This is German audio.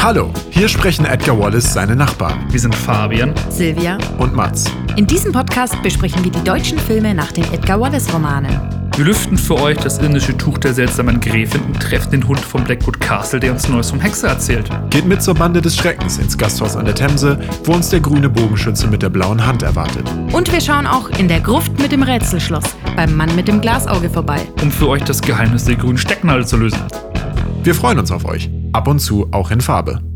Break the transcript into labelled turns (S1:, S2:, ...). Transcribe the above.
S1: Hallo, hier sprechen Edgar Wallace seine Nachbarn
S2: Wir sind Fabian.
S3: Silvia.
S1: und Mats.
S3: In diesem Podcast besprechen wir die deutschen Filme nach den Edgar Wallace-Romanen.
S2: Wir lüften für euch das indische Tuch der seltsamen Gräfin und treffen den Hund vom Blackwood Castle, der uns Neues vom Hexer erzählt.
S1: Geht mit zur Bande des Schreckens ins Gasthaus an der Themse, wo uns der grüne Bogenschütze mit der blauen Hand erwartet.
S3: Und wir schauen auch in der Gruft mit dem Rätselschloss beim Mann mit dem Glasauge vorbei.
S2: Um für euch das Geheimnis der grünen Stecknadel zu lösen.
S1: Wir freuen uns auf euch. Ab und zu auch in Farbe.